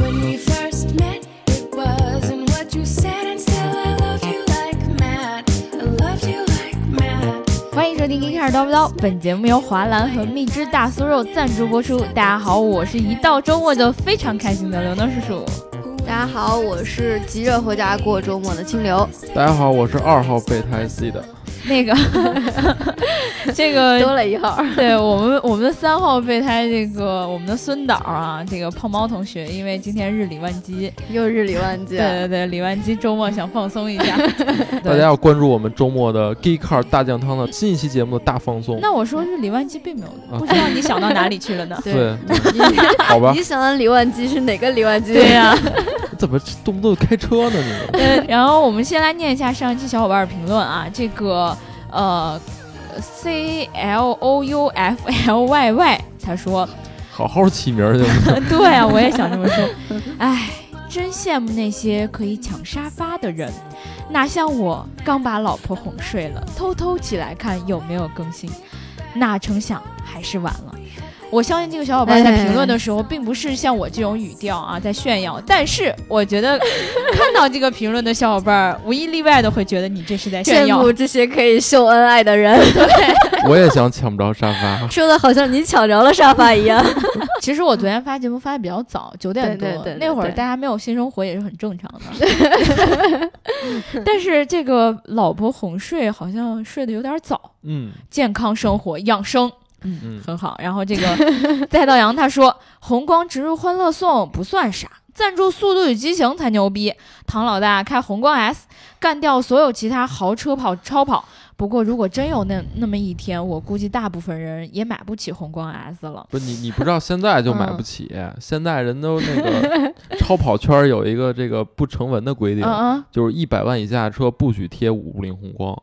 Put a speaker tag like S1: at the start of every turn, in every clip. S1: When we first met, it wasn't what you said, and still I love you like mad. I love you like mad.
S2: 欢迎收听《一开始叨不叨》，本节目由华兰和蜜汁大酥肉赞助播出。大家好，我是一到周末就非常开心的刘能叔叔。
S3: 大家好，我是急着回家过周末的清流，
S4: 大家好，我是二号备胎 C 的。
S2: 那个， 这个
S3: 多了一号。
S2: 对我们我们的三号备胎，这个我们的孙导啊，这个胖猫同学，因为今天日理万机，
S3: 又是李万
S2: 对
S3: 金，？
S2: 对对，理万机周末想放松一 下。
S4: 大家要关注我们周末的 Geek Car 大酱汤的新一期节目的大 放送。
S2: 那我说日理万机并没有，
S4: 啊
S2: 不知道你想到哪里去了呢
S4: 对，
S3: 你
S4: 好吧
S3: 你，想的李万基是哪个李万基？
S2: 对呀、
S4: 怎么动不动就开车呢？你们
S2: 呃，然后我们先来念一下上一期小伙伴的评论啊，这个呃，C L O U F L Y Y 他说，
S4: 好好起名 儿行吗？
S2: 对啊，我也想这么说， 哎，真羡慕那些可以抢沙发的人，哪像我刚把老婆哄睡了，偷偷起来看有没有更新，哪成想还是晚了。我相信这个小伙伴在评论的时候，并不是像我这种语调啊，在炫耀。但是我觉得看到这个评论的小伙伴儿，无一例外的会觉得你这是在炫
S3: 羡
S2: 耀
S3: 慕。这些可以秀恩爱的人，
S4: 我也想抢不着沙 发。
S3: 说的好像你抢着了沙发一 样。
S2: 其实我昨天发节目发的比较 早，九点多
S3: 对对对对
S2: 那会儿，
S3: 对
S2: 大家没有性生活也是很正常的。 但是这个老婆哄睡好像睡得有点早，
S4: 嗯
S2: 健康生活养生
S4: 嗯，
S2: 很好。然后这 个再到阳他说，红光植入欢乐颂不算啥。赞助《速度与激情》才牛逼，唐老大开红光 S，干掉所有其他豪车跑超跑。不过，如果真有那那么一天，我估计大部分人也买不起红光 S 了。
S4: 不是你，你不知道现在就买不起，
S2: 嗯
S4: 现在人都那 个超跑圈儿有一个这个不成文的规定，
S2: 嗯嗯，
S4: 就是一百万以下的车不许贴五菱宏光，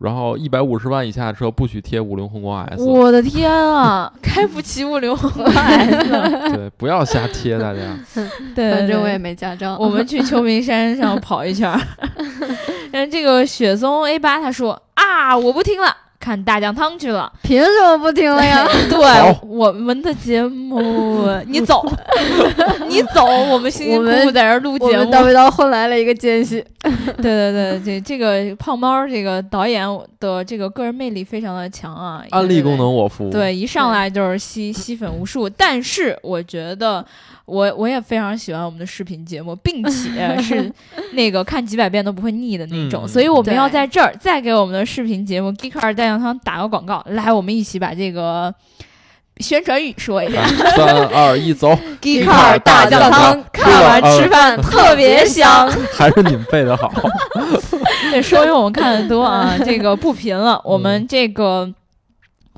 S4: 然后一百五十万以下的车不许贴五菱宏光 S。
S2: 我的天啊，开不起物流 S，
S4: 对，不要瞎贴，大家。
S2: 对，
S3: 反
S2: 对
S3: 正我也
S2: 对。
S3: 没驾照。
S2: 我们去秋名山上跑一圈 儿，然后这个雪松 A 八他说啊，我不听了，看大酱汤去了。
S3: 凭什么不
S2: 哎
S3: 听了呀？
S2: 对
S4: 好，
S2: 我们的节目，你走， 你走，我们辛辛苦
S3: 我
S2: 苦
S3: 们
S2: 在这儿录
S3: 我
S2: 节
S3: 们
S2: 目。
S3: 叨逼叨换来了一个间隙，
S2: 对对对，这这个胖猫儿这个导演的这个个人魅力非常的强啊，
S4: 安利功
S2: 能。
S4: 能我服务。
S2: 对，一上来就是吸吸粉无数。但是我觉得我我也非常喜欢我们的视频节目，并且是那个看几百遍都不会腻的那种。
S4: 嗯
S2: 所以我们要
S3: 对
S2: 在这儿再给我们的视频节目《Geek 二代酱汤》打个广告，来，我们一起把这个宣传语说 一下。
S4: 三二一， 走！
S3: 一
S4: 一
S3: 块
S4: 块
S3: 儿
S4: 儿大
S3: 酱
S4: 酱
S3: 汤
S4: 汤，
S3: 看完
S4: 呃
S3: 吃饭特别香。
S4: 还是你们背的好。
S2: 对，说明我们看的多啊，这个不贫
S4: 嗯
S2: 了。我们这个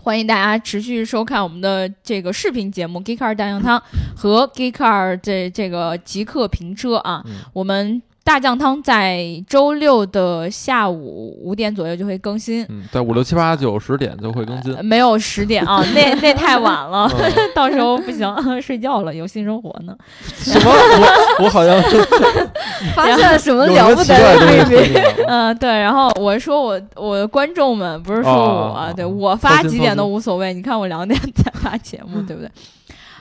S2: 欢迎大家持续收看我们的这个视频节目《Geek 二大酱汤》和《Geek 二这这个极客评车》啊，
S4: 嗯
S2: 我们。大酱汤在周六的下午五点左右就会更新，
S4: 嗯，在五六七八九十点就会更新。
S2: 没有十点啊，那那太晚了，
S4: 嗯
S2: 到时候不行， 睡觉了，有性生活呢。
S4: 什么？我我好像是
S3: 发现了什么
S4: 有什
S3: 了
S4: 么
S3: 不
S4: 奇
S3: 得
S4: 怪的
S3: 的
S4: 东
S3: 秘密？
S4: 西出现了？
S2: 嗯、对，然后我说我我的观众们不是说我，
S4: 啊
S2: 对我发
S4: 放心
S2: 几点
S4: 放心嗯
S2: 都无所谓，你看我两点才发节目，对不对？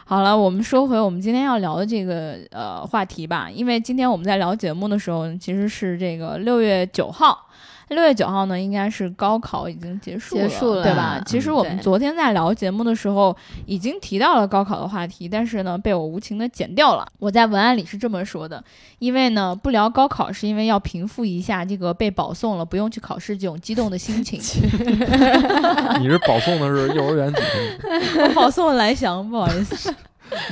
S2: 好了，我们说回我们今天要聊的这个呃话题吧，因为今天我们在聊节目的时候，其实是这个六月九号。六月九号呢，应该是高考已经结束了，
S3: 结束了
S2: 对吧？
S3: 嗯
S2: 其实我们
S3: 对
S2: 昨天在聊节目的时候，已经提到了高考的话题，但是呢，被我无情的剪掉了。我在文案里是这么说的，因为呢，不聊高考是因为要平复一下这个被保送了，不用去考试这种激动的心情。
S4: 啊 你是保送的是幼儿园几年级？
S2: 我保送了蓝翔，不好意 思。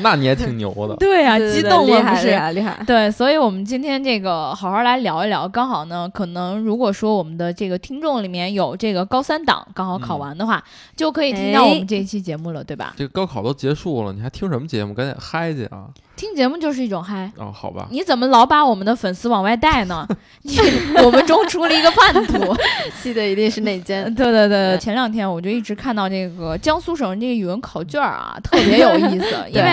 S4: 那你也挺牛 的。
S2: 对啊，
S3: 对对
S2: 激
S3: 对
S2: 动
S3: 厉
S2: 了不
S3: 害厉
S2: 是？
S3: 害厉害！
S2: 对，所以，我们今天这个好好来聊一聊。刚好呢，可能如果说我们的这个听众里面有这个高三党刚好考完的话，就可以听到我们这一期节目了，对吧？
S4: 这个高考都结束了，你还听什么节目？赶紧嗨去啊！
S2: 听节目就是一种嗨。
S4: 哦，好吧，
S2: 你怎么老把我们的粉丝往外带 呢？你我们中出了一个叛 徒。
S3: 记得一定是内奸
S2: 对。对对，前两天我就一直看到这个江苏省这个语文考卷儿 啊，特别有意思，因为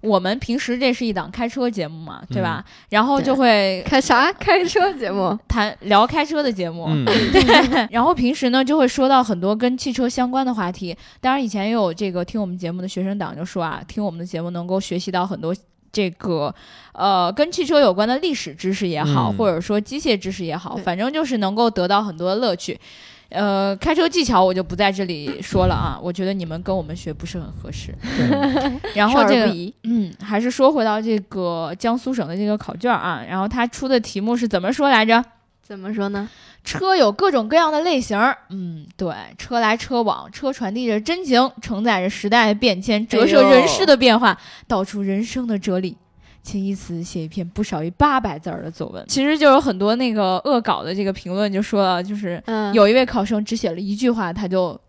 S2: 我们平时这是一档开车节目嘛，嗯对吧？然后就会
S3: 开啥开车节目？
S2: 谈聊开车的节目，
S4: 嗯，
S2: 然后平时呢就会说到很多跟汽车相关的话题。当然，以前也有这个听我们节目的学生党就说啊，听我们的节目能够学习到很多这个呃跟汽车有关的历史知识也好，
S4: 嗯
S2: 或者说机械知识也好，
S3: 对
S2: 反正就是能够得到很多乐趣。呃，开车技巧我就不在这里说了啊，我觉得你们跟我们学不是很合适。然后
S3: 少儿
S2: 这个
S3: 不宜
S2: 嗯，还是说回到这个江苏省的这个考卷啊，然后它出的题目是怎么说来着？
S3: 怎么说呢？
S2: 车有各种各样的类型儿，嗯，对，车来车往，车传递着真情，承载着时代的变迁，折射
S3: 哎呦
S2: 人世的变化，道出人生的哲理。请以此写一篇不少于八百字儿的作文。其实就有很多那个恶搞的这个评论就说了，就是
S3: 嗯，
S2: 有一位考生只写了一句话，他就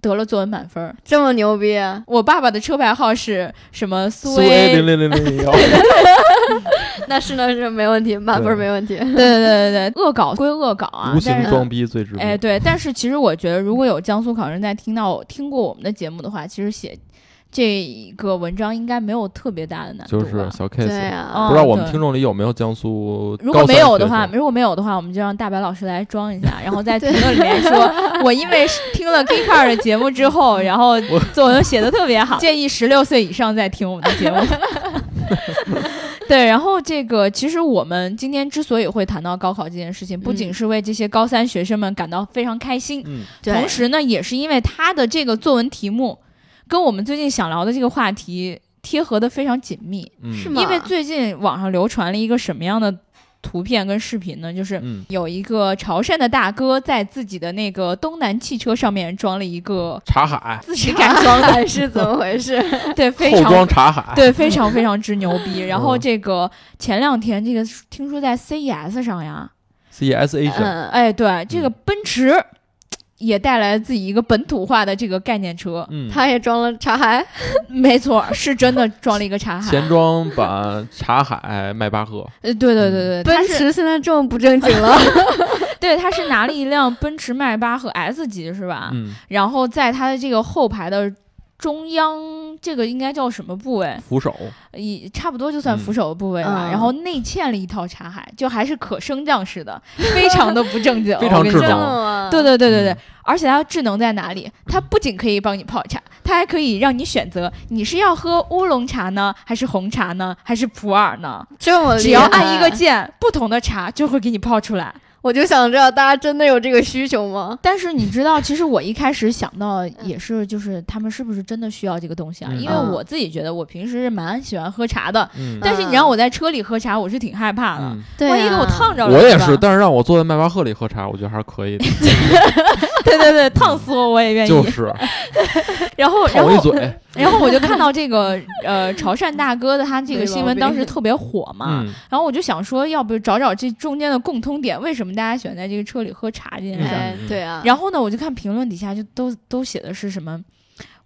S2: 得了作文满分儿。
S3: 这么牛逼 啊？
S2: 我爸爸的车牌号是什么？苏
S4: 苏 A 零零零零 零幺，
S3: 那是那是没问题，满分
S4: 对
S3: 没问题。
S2: 对对对对对，恶搞归恶搞啊，但
S4: 无形
S2: 是。
S4: 装逼最致命。
S2: 哎，对，但是其实我觉得，如果有江苏考生在听到听过我们的节目的话，其实写这个文章应该没有特别大的难度
S4: 就
S2: 吧。
S4: 是小 case，、
S3: 对
S2: 哦
S3: 啊，
S4: 不知道我们
S2: 对
S4: 听众里有没有江苏
S2: 如
S4: 高
S2: 果
S4: 三
S2: 没有的
S4: 学
S2: 话，
S4: 生
S2: 如果没有的话，我们就让大白老师来装一下，然后在评论里面说，我因为是听了 K Car 的节目之后，然后
S4: 我
S2: 作文写的特别好，建议十六岁以上再听我们的节目。 对，然后这个其实我们今天之所以会谈到高考这件事情，不仅
S3: 嗯
S2: 是为这些高三学生们感到非常开心，
S4: 嗯，
S3: 对
S2: 同时呢，也是因为他的这个作文题目跟我们最近想聊的这个话题贴合的非常紧密。
S4: 嗯
S3: 是吗
S2: 因为 最近网上流传了一个什么样的图片跟视频呢？就是
S4: 嗯，
S2: 有一个潮汕的大哥在自己的那个东南汽车上面装了一个
S4: 茶海
S2: 自己 改装的，
S3: 还是怎么回事？
S2: 对，非
S4: 后
S2: 常
S4: 装嗯茶海，
S2: 对，非常非常之牛逼。然后这个前两天这个听说在 CES 上呀，
S4: CES Asia，
S3: 嗯，
S2: 哎，对，这个奔驰也带来自己一个本土化的这个概念车，
S4: 嗯，
S3: 他也装了茶孩，
S2: 没错，是真的装了一个茶海。
S4: 钱庄版茶海迈巴赫，
S2: 呃，对对对对，他
S3: 嗯奔
S2: 是
S3: 驰现在这么不正经 了。
S2: 对，他是拿了一辆奔驰迈巴赫 S 级是吧？
S4: 嗯，
S2: 然后在他的这个后排的中央，这个应该叫什么部位？
S4: 扶手，
S2: 以差不多就算扶手的部位吧。
S3: 嗯
S2: 然后内嵌了一套茶海，就还是可升降式的，非常的不正经，
S4: 非常
S2: 我跟你
S4: 智
S2: 讲
S4: 能
S3: 吗
S2: 对对对对对，
S4: 嗯
S2: 而且它智能在哪里？它不仅可以帮你泡茶，它还可以让你选择你是要喝乌龙茶呢，还是红茶呢，还是普洱呢？
S3: 这么厉害
S2: 只要呃按一个，键，不同的茶就会给你泡出来。
S3: 我就想知道大家真的有这个需求吗？
S2: 但是你知道，其实我一开始想到也是，就是他们是不是真的需要这个东西啊？
S4: 嗯
S2: 因为我自己觉得我平时是蛮喜欢喝茶的，
S4: 嗯
S2: 但是你让我在车里喝茶，我是挺害怕的。啊
S4: 嗯，
S3: 对
S2: 万一给我烫着了，
S4: 我也
S2: 吧
S4: 是，但是让我坐在迈巴赫里喝茶，我觉得还是可以的，
S2: 对对对，烫死我我也愿意。
S4: 就是
S2: 然后，然
S4: 讨一
S2: 后，
S4: 嘴，
S2: 然后我就看到这个呃潮汕大哥的他这个
S3: 没
S2: 新
S3: 毛
S2: 闻当
S3: 病
S2: 时特别火嘛，
S4: 嗯，
S2: 然后我就想说，要不找找这中间的共通点，为什么大家喜欢在这个车里喝茶这件事儿？
S4: 嗯
S3: 哎，对啊，
S2: 然后呢，我就看评论底下就都都写的是什么。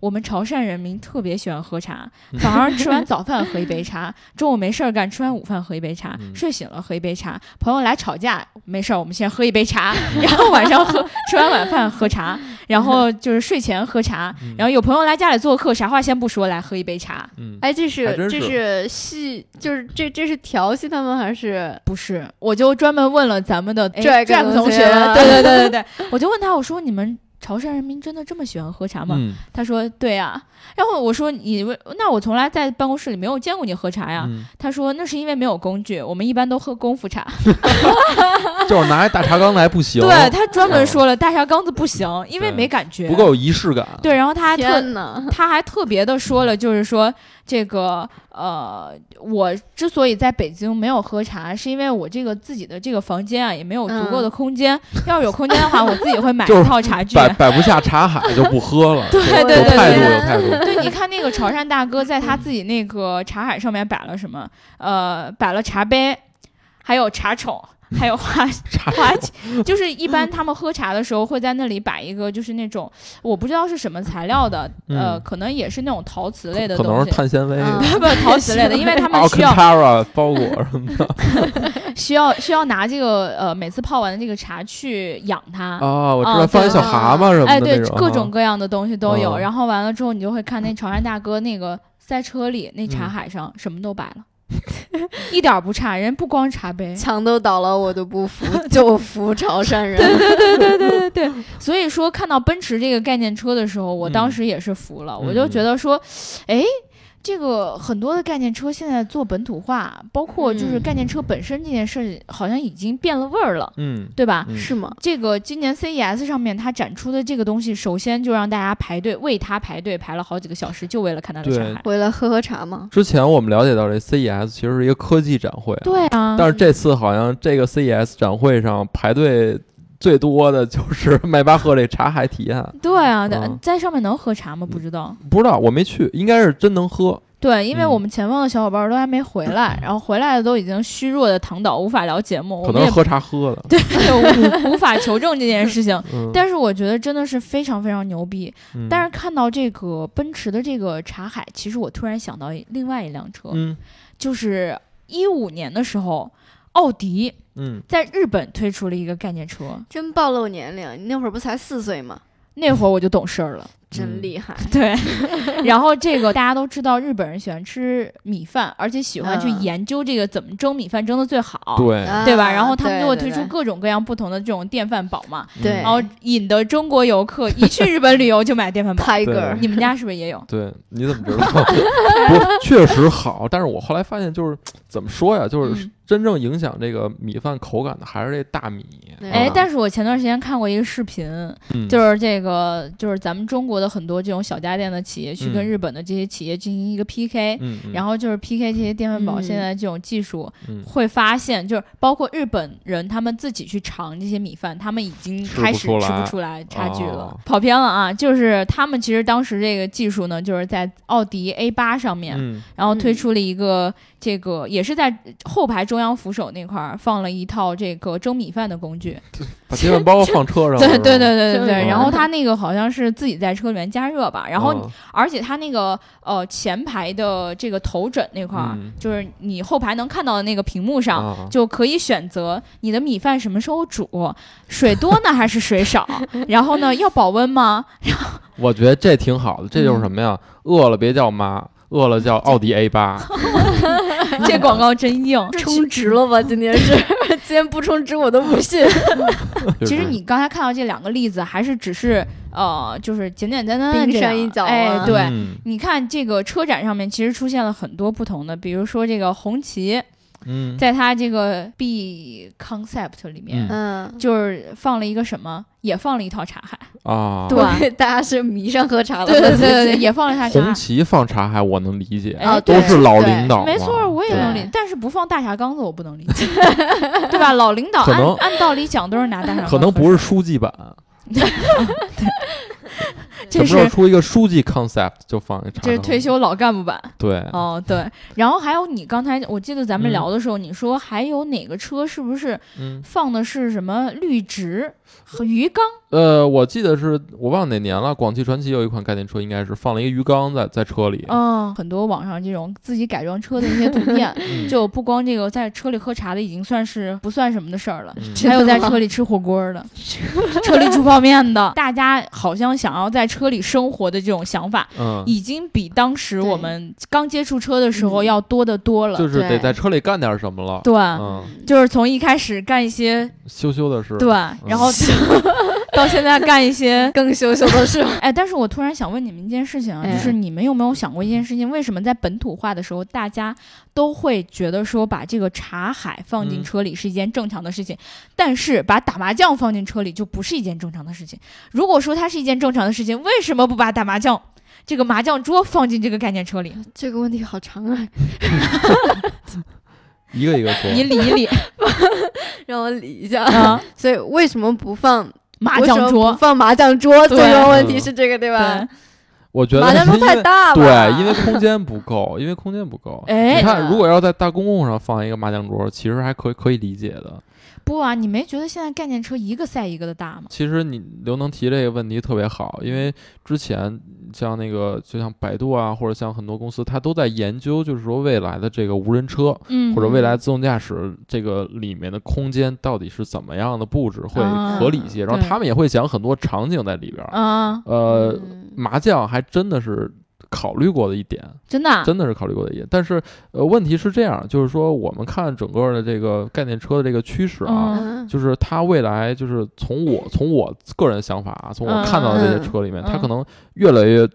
S2: 我们潮汕人民特别喜欢喝 茶，
S4: 嗯
S2: 早上吃完早饭喝一杯茶，中午没事儿干吃完午饭喝一杯茶，
S4: 嗯
S2: 睡醒了喝一杯茶，朋友来吵架没事儿我们先喝一杯茶， 然后晚上喝吃完晚饭喝茶，然后就是睡前喝茶，
S4: 嗯
S2: 然后有朋友来家里做客，啥话先不说，来喝一杯茶，
S4: 嗯，
S3: 哎，这
S4: 还
S3: 是
S4: 真
S3: 这
S4: 是
S3: 是戏，就是这这是调戏他们还是？
S2: 不是，我就专门问了咱们的哎
S3: 拽哥
S2: Jack 同
S3: 同
S2: 学，
S3: 学吗
S2: 对对对对对，我就问他，我说你们潮汕人民真的这么喜欢喝茶吗？
S4: 嗯
S2: 他说对呀、然后我说你为那我从来在办公室里没有见过你喝茶呀。
S4: 嗯，
S2: 他说那是因为没有工具，我们一般都喝功夫茶。
S4: 就是拿一大茶缸来不行，
S2: 对他专门说了大茶缸子不行，因为没感觉
S4: 啊不够有仪式感，
S2: 对，然后他还特
S3: 天哪！
S2: 他还特别的说了，就是说这个呃，我之所以在北京没有喝茶，是因为我这个自己的这个房间啊，也没有足够的空间。要是有空间的话，我自己会买
S4: 就是
S2: 一套茶具。
S4: 摆摆不下茶海就不喝了，
S2: 对对
S4: 有
S2: 对
S4: 态度
S2: 对。
S4: 有态 度，
S2: 对，你看那个潮汕大哥在他
S4: 嗯
S2: 自己那个茶海上面摆了什么？呃，摆了茶杯，还有茶宠，还有 花
S4: 茶
S2: 花器，就是一般他们喝茶的时候会在那里摆一个，就是那种我不知道是什么材料的，呃，
S4: 嗯
S2: 可能也是那种陶瓷类的
S4: 可
S2: 东
S4: 能哦
S2: 西
S4: 是。碳纤维。
S3: 嗯
S2: 不陶瓷类的，因为他 们需要
S4: Alcantara 包裹什么的
S2: 需要需要拿这个呃每次泡完的这个茶去养它，
S4: 啊，我知
S2: 啊
S4: 道放一小
S3: 对，
S4: 蛤蟆什么的
S2: 哎对
S4: 那，种
S2: 各
S4: 啊
S2: 种各样的东西都有。
S4: 嗯
S2: 然后完了之后，你就会看那潮汕大哥那个在车里那
S4: 嗯
S2: 茶海上什么都摆 了，一点儿不差。人不光茶杯
S3: 墙都倒了，我都不服，就服潮汕人。
S2: 对对对。所以说看到奔驰这个概念车的时候，我当时也是服了，
S4: 嗯
S2: 我就觉得说，哎。这个很多的概念车现在做本土化，包括就是
S3: 嗯
S2: 概念车本身这件事儿，好像已经变了味儿了，
S4: 嗯，
S2: 对吧？
S4: 嗯
S3: 是吗？
S2: 这个今年 CES 上面它展出的这个东西，首先就让大家排队为它排队，排了好几个小时，就为了看它的
S4: 对
S2: 车牌。
S3: 回来喝喝茶吗？
S4: 之前我们了解到这 CES 其实是一个科技展会，
S2: 对啊，
S4: 但是这次好像这个 CES 展会上排队最多的就是迈巴赫这茶海体验，
S2: 对啊，那
S4: 嗯
S2: 在上面能喝茶吗？不知道。
S4: 不知道我没去，应该是真能喝。
S2: 对，因为
S4: 嗯
S2: 我们前方的小伙伴都还没回来，然后回来的都已经虚弱的躺倒，无法聊节目，我
S4: 可
S2: 们
S4: 能
S2: 也
S4: 是喝茶喝的。
S2: 对无无法求证这件事情。
S4: 嗯，
S2: 但是我觉得真的是非常非常牛逼。
S4: 嗯
S2: 但是看到这个奔驰的这个茶海，其实我突然想到一另外一辆车，
S4: 嗯
S2: 就是一五年的时候，奥迪
S4: 嗯，
S2: 在日本推出了一个概念车，
S3: 真暴露年龄，你那会儿不才四岁吗？
S2: 那会儿我就懂事儿了。
S3: 真
S4: 嗯
S3: 厉害，
S2: 对，然后这个大家都知道，日本人喜欢吃米饭，而且喜欢去
S3: 嗯
S2: 研究这个怎么蒸米饭蒸的最好。
S4: 对，
S3: 啊
S2: 对吧？然后他们就会推
S3: 对
S2: 出哦各种各样不同的这种电饭煲嘛，
S4: 嗯
S3: 对
S2: 然后引得中国游客一去日本旅游就买电饭 煲。
S3: 对对
S4: 对
S3: Tiger，
S2: 你们家是不是 也有？
S4: 对，你怎么知道？不，确实好，但是我后来发现，就是怎么说呀，就是
S2: 嗯
S4: 真正影响这个米饭口感的还是这大米。
S3: 对
S2: 哎
S4: 啊，
S2: 但是我前段时间看过一个视频，
S4: 嗯
S2: 就是这个，就是咱们中国的很多这种小家电的企业去跟
S4: 嗯
S2: 日本的这些企业进行一个 PK，、
S4: 嗯，嗯
S2: 然后就是 PK 这些电饭煲
S3: 嗯
S2: 现在这种技术，
S4: 嗯
S2: 会发现就是包括日本人他们自己去尝这些米饭，他们已经
S4: 吃不
S2: 开始
S4: 出
S2: 吃
S4: 来
S2: 不出来差距了，
S4: 哦
S2: 跑偏了啊！就是他们其实当时这个技术呢，就是在奥迪 A 八上面，
S4: 嗯
S2: 然后推
S3: 嗯
S2: 出了一个这个也是在后排中央扶手那块儿放了一套这个蒸米饭的工具，
S4: 把电饭煲放车上 了。
S2: 对
S4: 是吧
S2: 对对，对对对。
S4: 嗯
S2: 然后他那个好像是自己在车里面加热吧，然后
S4: 嗯
S2: 而且它那个呃前排的这个头枕那块儿，
S4: 嗯
S2: 就是你后排能看到的那个屏幕上。
S4: 啊
S2: 就可以选择你的米饭什么时候煮，水多呢还是水少？然后呢，要保温吗？
S4: 我觉得这挺好的，这就是什么呀？饿了别叫妈，饿了叫奥迪 A 八。
S2: 这广告真硬。
S3: 充值了吧？今 天是，今天不充值我都不信。
S2: 其
S4: 就
S2: 实
S4: 是
S2: 你刚才看到这两个例子，还是只是呃，就是简简单单的
S3: 冰
S2: 这
S3: 山
S2: 样
S3: 一角
S2: 哎，
S3: 啊
S2: 对，
S4: 嗯
S2: 你看这个车展上面其实出现了很多不同的，比如说这个红旗，
S4: 嗯，
S2: 在它这个 B concept 里面，
S4: 嗯
S3: 嗯，
S2: 就是放了一个什么，也放了一套茶海，
S4: 啊，
S2: 对吧
S3: 对，大家是迷上喝茶了。
S2: 对对对对，也放了一套
S4: 红
S2: 茶海。
S4: 旗放茶还我能理解，
S2: 哎
S3: 啊，
S2: 都
S4: 都
S3: 对
S4: 是老
S3: 对
S4: 领导嘛，
S2: 哎没错，我也能理
S3: 对
S2: 解，但是不放大茶缸子我不能理解，对吧？老领导
S4: 可
S2: 按
S4: 能
S2: 按道理讲都是拿大茶缸，
S4: 可能不是，书记版，什
S2: 这
S4: 么时候
S2: 是
S4: 出一个书记 concept 就放一茶
S2: 这是
S4: 缸
S2: 退休老干部版。
S4: 对，
S2: 哦，对，然后还有你刚才我记得咱们
S4: 嗯
S2: 聊的时候，你说还有哪个车是不是
S4: 嗯，
S2: 放的是什么绿植和鱼缸？
S4: 呃，我记得是我忘了哪年了，广汽传祺有一款概念车，应该是放了一个鱼缸在在车里，
S2: 嗯，很多网上这种自己改装车的一些图片，
S4: 嗯
S2: 就不光这个在车里喝茶的已经算是不算什么的事儿了。
S4: 嗯
S3: 真
S2: 还有
S3: 的
S2: 在
S3: 吗
S2: 车里吃火锅 儿的，车里煮泡面的，大家好像想要在车里生活的这种想法，
S4: 嗯，
S2: 已经比当时我
S3: 对
S2: 们刚接触车的时候
S3: 嗯
S2: 要多得多了。
S4: 就是得
S3: 对
S4: 在车里干点什么了，
S2: 对，
S4: 嗯，
S2: 就是从一开始干一些
S4: 羞羞的事，
S2: 对，然后到现在干一些。
S3: 更羞羞的是，
S2: 哎，但是我突然想问你们一件事情啊，
S3: 哎
S2: 就是你们有没有想过一件事情，为什么在本土化的时候，大家都会觉得说把这个茶海放进
S4: 嗯
S2: 车里是一件正常的事情，但是把打麻将放进车里就不是一件正常的事情？如果说它是一件正常的事情，为什么不把打麻将这个麻将桌放 进这个概念车里？
S3: 这个问题好长啊，
S4: 一个一个说，
S2: 你理一 理
S3: 让我理一下。
S2: 啊，
S3: 所以为什么不放
S2: 麻
S3: 为什
S2: 将
S3: 么
S2: 桌
S3: 不。放麻将桌？
S2: 对嗯
S3: 最终问题是这个对吧
S4: 啊
S2: 对？，
S4: 我觉得
S3: 麻将桌
S4: 因为
S3: 太大了，
S4: 对，因为空间不够，因为空间不够。
S2: 哎
S4: 你看，如果要在大公共上放一个麻将桌，其实还可以可以理解的。
S2: 不啊，你没觉得现在概念车一个赛一个的大吗？
S4: 其实你刘能提这个问题特别好，因为之前像那个，就像百度啊，或者像很多公司，它都在研究，就是说未来的这个无人车
S2: 嗯
S4: 或者未来自动驾驶这个里面的空间到底是怎么样的布置会
S2: 啊
S4: 合理一些，然后
S2: 对
S4: 他们也会想很多场景在里边儿。
S2: 啊，
S4: 呃，
S3: 嗯
S4: 麻将还真的是考虑过的一点，
S2: 真的啊，
S4: 真的是考虑过的一点。但是呃，问题是这样，就是说我们看整个的这个概念车的这个趋势啊。
S3: 嗯
S4: 就是它未来，就是从我从我个人想法啊，从我看到的这些车里面，
S2: 嗯
S4: 它可能越来越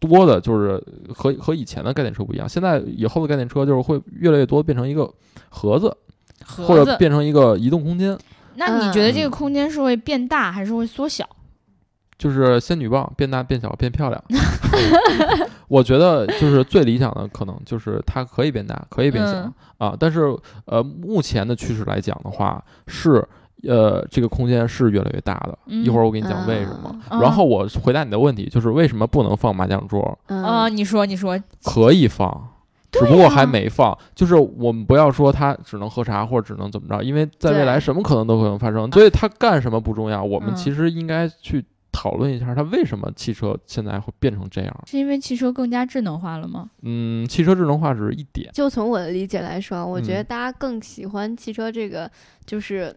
S4: 多的就是和和以前的概念车不一样，现在以后的概念车就是会越来越多变成一个盒子，或
S2: 盒
S4: 者
S2: 子。
S4: 变成一个移动空间，
S2: 那你觉得这个空间是会变大还是会缩小？
S4: 就是仙女棒变大变小变 漂亮。嗯我觉得就是最理想的可能就是它可以变大，可以变小、
S2: 嗯
S4: 啊，但是呃，目前的趋势来讲的话是。呃，这个空间是越来越大的。
S2: 嗯
S4: 一会儿我给你讲为什么。
S2: 嗯
S4: 然后我回答你的问题，就是为什么不能放麻将桌？
S3: 嗯
S2: 啊、你说，你说，
S4: 可以放，
S2: 啊
S4: 只不过还没放。就是我们不要说它只能喝茶或者只能怎么着，因为在未来
S3: 对
S4: 什么可能都可能发生，所以它干什么不重要。我们
S2: 啊嗯
S4: 其实应该去讨论一下，它为什么汽车现在会变成这样。
S2: 是因为汽车更加智能化了吗？
S4: 嗯，汽车智能化只是一点，
S3: 就从我的理解来说，啊我觉得
S4: 嗯
S3: 大家更喜欢汽车这个，就是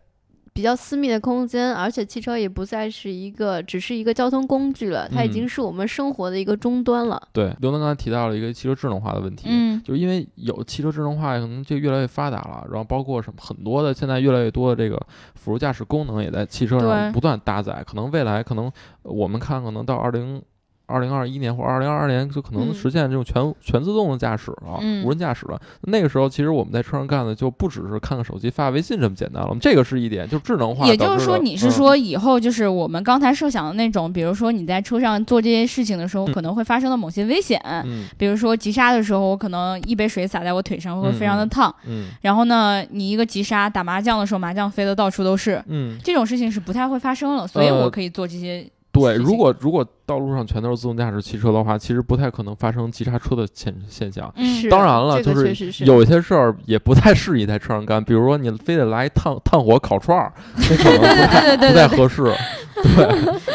S3: 比较私密的空间，而且汽车也不再是一个只是一个交通工具了，它已
S4: 嗯
S3: 经是我们生活的一个终端了。
S4: 对，刘能刚才提到了一个汽车智能化的问题，
S2: 嗯
S4: 就因为有汽车智能化，可能就越来越发达了，然后包括什么很多的现在越来越多的这个辅助驾驶功能也在汽车
S2: 对
S4: 上不断搭载，可能未来可能呃我们看可能到二零。二零二一年或二零二二年就可能
S3: 嗯
S4: 实现这种全、全自动的驾驶了，
S2: 嗯
S4: 无人驾驶了。那个时候，其实我们在车上干的就不只是看看手机、发微信这么简单了。这个是一点，就智能化导
S2: 也
S4: 致的。
S2: 就是说，你是
S4: 嗯
S2: 说以后就是我们刚才设想的那种，比如说你在车上做这些事情的时候，
S4: 嗯
S2: 可能会发生的某些危险，
S4: 嗯
S2: 比如说急刹的时候，我可能一杯水洒在我腿上会非常的烫，
S4: 嗯
S2: 然后呢，你一个急刹打麻将的时候，麻将飞的到处都是，
S4: 嗯，
S2: 这种事情是不太会发生了，所以
S4: 呃
S2: 我可以做这些。
S4: 对，
S2: 事
S4: 如
S2: 情
S4: 果如果道路上全都是自动驾驶汽车的话，其实不太可能发生急刹车的现现象。
S2: 嗯
S3: 是
S4: 当然了，
S3: 这个
S4: 就
S3: 确实是
S4: 有一些事儿也不太适宜在车上干，比如说你非得来一趟炭火烤串儿，这可能不太
S2: 对对对
S4: 不太合适。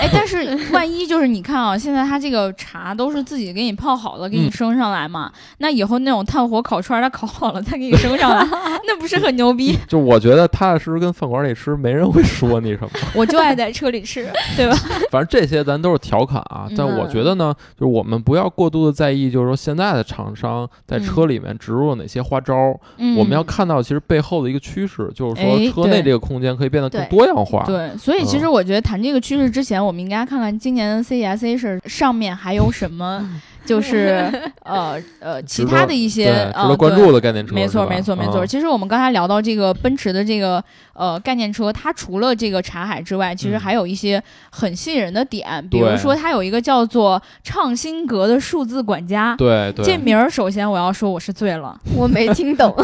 S2: 哎，但是万一就是你看啊，现在它这个茶都是自己给你泡好了，给你
S4: 嗯
S2: 升上来嘛。那以后那种炭火烤串儿，它烤好了再给你升上 来，那不是很牛逼？
S4: 就我觉得踏踏实实跟饭馆里吃，没人会说你什么。
S2: 我就爱在车里吃，对吧？
S4: 反正这些咱都是调侃啊，但我觉得呢，
S2: 嗯
S4: 就是我们不要过度的在意，就是说现在的厂商在车里面植入了哪些花招儿，
S2: 嗯，
S4: 我们要看到其实背后的一个趋势，就是
S2: 哎
S4: 说车内
S2: 对
S4: 这个空间可以变得更
S3: 对
S4: 多样化。
S2: 对，所以
S4: 嗯
S2: 其实我觉得谈这个趋势之前，我们应该看看今年 E 的 CES 是上面还有什么， 就是呃呃其
S4: 值
S2: 他
S4: 得
S2: 的一些
S4: 对，
S2: 呃
S4: 值得关
S2: 对
S4: 注的概念车，
S2: 没错，
S4: 是吧
S2: 没错，没错。
S4: 嗯
S2: 其实我们刚才聊到这个奔驰的这个呃概念车，它除了这个茶海之外，其实
S4: 嗯
S2: 还有一些很吸引人的点，比如
S4: 对
S2: 说它有一个叫做畅新阁的数字管家。
S4: 对对，
S2: 这名儿，首先我要说我是醉 了，
S3: 我没听 懂，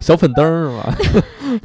S4: 小粉灯儿是吧？